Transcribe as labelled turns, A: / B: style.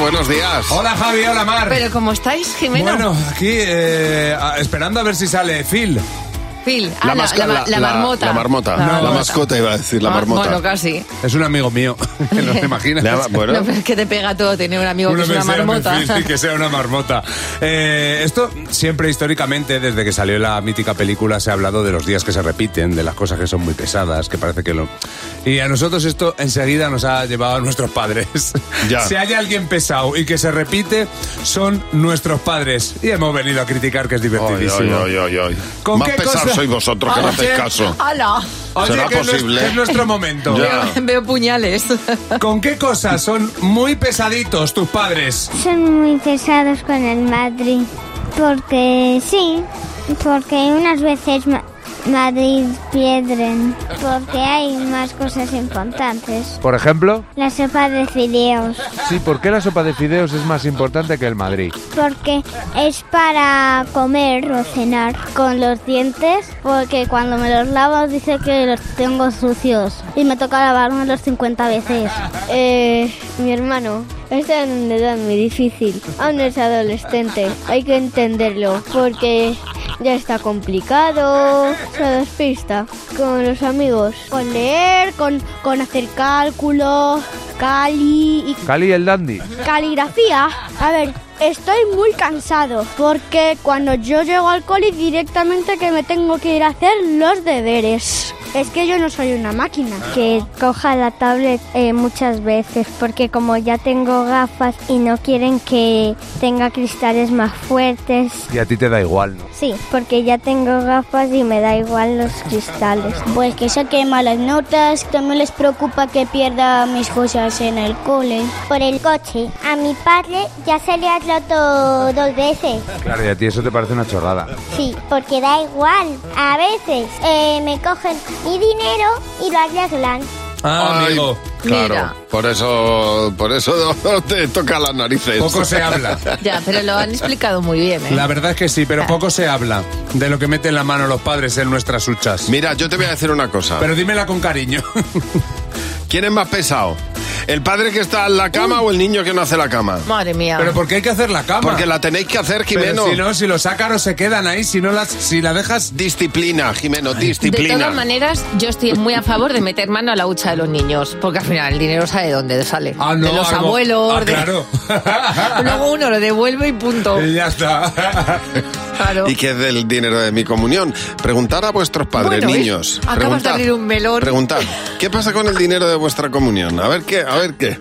A: buenos días.
B: Hola Javi, hola Mar.
C: Pero ¿cómo estáis, Jimeno?
B: Bueno, aquí eh, a- esperando a ver si sale Phil.
C: Phil, ah, la,
A: masca-
C: la- la marmota.
A: La, marmota.
C: La
A: La,
C: marmota.
A: mascota iba a decir, la
C: Ah,
A: marmota.
C: Bueno, casi.
B: Es un amigo mío, ¿no te imaginas?
A: Le ama- bueno,
C: No, pero es que te pega todo tener un amigo que es una
B: que sea un
C: marmota.
B: perfil y que sea una marmota. Eh, esto siempre históricamente, desde que salió la mítica película, se ha hablado de los días que se repiten, de las cosas que son muy pesadas, que parece que lo... Y a nosotros esto enseguida nos ha llevado a nuestros padres.
A: Ya.
B: Si hay alguien pesado y que se repite, son nuestros padres. Y hemos venido a criticar que es
A: oy, oy,
B: divertidísimo.
A: oy, oy, oy.
B: ¿Con
A: Más
B: qué
A: pesados
B: cosa? Ah,
A: sois vosotros que no
B: Oye.
A: hacéis caso.
C: ¡Hala!
B: Oye,
A: ¿Será
B: que es nues-
A: posible?
B: que es nuestro momento.
A: Ya.
C: Veo puñales.
B: ¿Con qué cosas son muy pesaditos tus padres?
D: Son muy pesados con el Madrid. Porque sí, porque unas veces Ma- Madrid pierden. Porque hay más cosas importantes.
E: Por ejemplo,
D: La sopa de fideos.
E: sí, ¿por qué la sopa de fideos es más importante que el Madrid?
D: Porque es para comer o cenar. Con los dientes, porque cuando me los lavo dice que los tengo sucios. Y me toca lavarme los 50 veces. Eh, mi hermano. Está en una edad muy difícil. Aún es adolescente. Hay que entenderlo. Porque ya está complicado. Se despista. Con los amigos. Con leer, con, con hacer cálculo, cali y
E: Cali el dandy.
D: Caligrafía. A ver, estoy muy cansado porque cuando yo llego al coli directamente que me tengo que ir a hacer los deberes. Es que yo no soy una máquina. Que coja la tablet eh, muchas veces porque como ya tengo gafas y no quieren que tenga cristales más fuertes.
E: Y a ti te da igual, ¿no?
D: Sí, porque ya tengo gafas y me da igual los cristales. Pues que saque malas notas, también les preocupa que pierda mis cosas en el cole. Por el coche. A mi padre ya se le ha roto dos veces.
E: Claro, y a ti eso te parece una chorrada.
D: Sí, porque da igual. A veces eh, me cogen mi dinero y lo arreglan.
B: Ah,
A: Ay,
B: amigo.
A: Claro,
C: Mira.
A: por eso, por eso te toca las narices.
B: Poco se habla.
C: ya, pero lo han explicado muy bien, ¿eh?
B: La verdad es que sí, pero poco se habla de lo que meten la mano los padres en nuestras huchas.
A: Mira, yo te voy a decir una cosa.
B: Pero dímela con cariño.
A: ¿Quién es más pesado? ¿El padre que está en la cama
B: Uh.
A: o el niño que no hace la cama?
C: Madre mía.
B: Pero ¿por qué hay que hacer la cama?
A: Porque la tenéis que hacer, Jimeno.
B: Pero si no, si los ácaros se quedan ahí, si no las, si la dejas.
A: Disciplina, Jimeno,
C: De
A: disciplina.
C: todas maneras, yo estoy muy a favor de meter mano a la hucha de los niños, porque al final el dinero sabe de dónde sale.
B: Ah, no,
C: de los
B: algo-
C: abuelos.
B: Ah,
C: de-
B: claro.
C: Luego uno lo devuelve y punto.
B: Y ya está.
C: Claro.
A: ¿Y qué es del dinero de mi comunión? Preguntar a vuestros padres,
C: Bueno, ¿eh?
A: niños.
C: Acabas de
A: preguntad,
C: abrir un melón.
A: Preguntad, ¿qué pasa con el dinero de vuestra comunión? A ver qué, a ver qué.